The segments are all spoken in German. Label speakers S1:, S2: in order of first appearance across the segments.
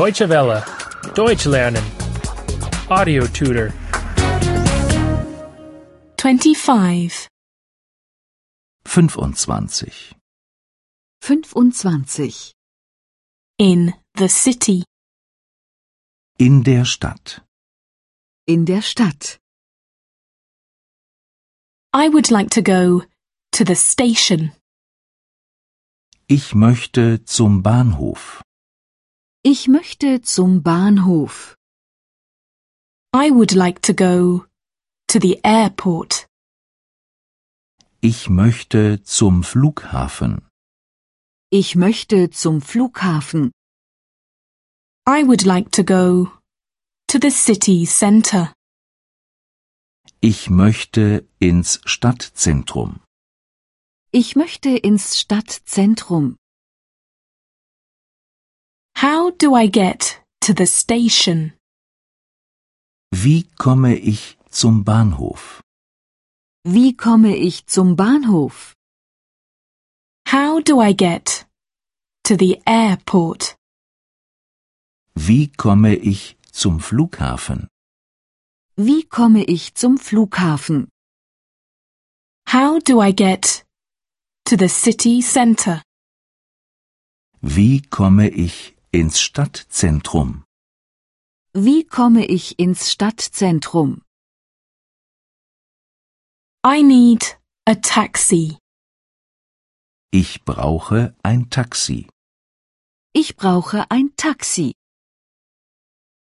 S1: Deutsche Welle. Deutsch lernen. Audio tutor.
S2: 25.
S3: 25.
S4: 25.
S2: In the city.
S3: In der Stadt.
S4: In der Stadt.
S2: I would like to go to the station.
S3: Ich möchte zum Bahnhof.
S4: Ich möchte zum Bahnhof.
S2: I would like to go to the airport.
S3: Ich möchte zum Flughafen.
S4: Ich möchte zum Flughafen.
S2: I would like to go to the city centre.
S3: Ich möchte ins Stadtzentrum.
S4: Ich möchte ins Stadtzentrum.
S2: How do I get to the station?
S3: Wie komme ich zum Bahnhof?
S4: Wie komme ich zum Bahnhof?
S2: How do I get to the airport?
S3: Wie komme ich zum Flughafen?
S4: Wie komme ich zum Flughafen?
S2: How do I get to the city centre?
S3: Wie komme ich ins Stadtzentrum?
S4: Wie komme ich ins Stadtzentrum?
S2: I need a taxi.
S3: Ich brauche ein Taxi.
S4: Ich brauche ein Taxi.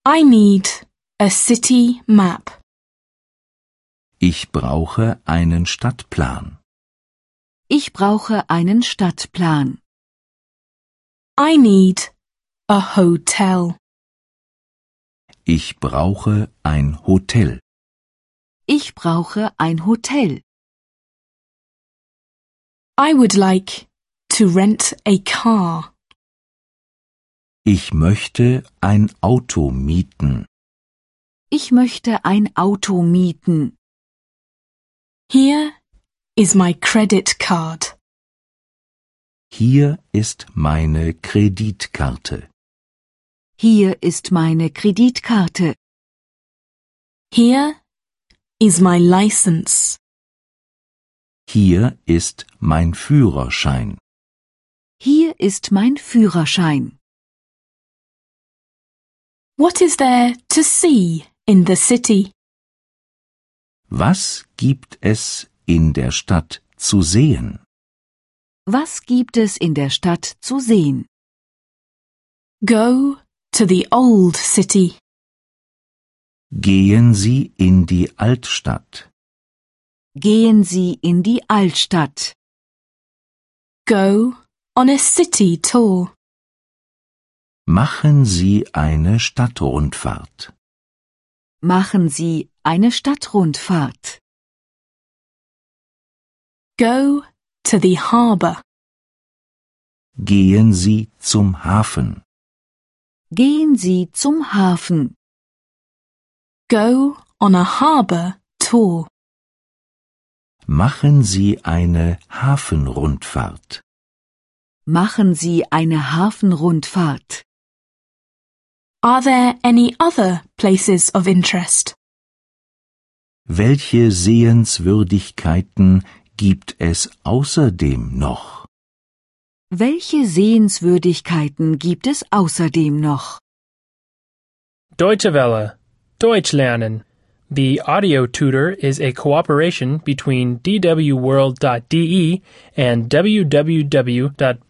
S2: I need a city map.
S3: Ich brauche einen Stadtplan.
S4: Ich brauche einen Stadtplan.
S2: I need a hotel.
S3: Ich brauche ein Hotel.
S4: Ich brauche ein Hotel.
S2: I would like to rent a car.
S3: Ich möchte ein Auto mieten.
S4: Ich möchte ein Auto mieten.
S2: Here is my credit card.
S3: Hier ist meine Kreditkarte.
S4: Hier ist meine Kreditkarte.
S2: Here is my license.
S3: Hier ist mein Führerschein.
S4: Hier ist mein Führerschein.
S2: What is there to see in the city?
S3: Was gibt es in der Stadt zu sehen?
S4: Was gibt es in der Stadt zu sehen?
S2: Go to the old city.
S3: Gehen Sie in die Altstadt.
S4: Gehen Sie in die Altstadt.
S2: Go on a city tour.
S3: Machen Sie eine Stadtrundfahrt.
S4: Machen Sie eine Stadtrundfahrt.
S2: Go to the harbour.
S3: Gehen Sie zum Hafen.
S4: Gehen Sie zum Hafen.
S2: Go on a harbour tour.
S3: Machen Sie eine Hafenrundfahrt.
S4: Machen Sie eine Hafenrundfahrt.
S2: Are there any other places of interest?
S3: Welche Sehenswürdigkeiten gibt es außerdem noch?
S4: Welche Sehenswürdigkeiten gibt es außerdem noch?
S1: Deutsche Welle. Deutsch lernen. The audio tutor is a cooperation between E dwworld.de and www.book2.de.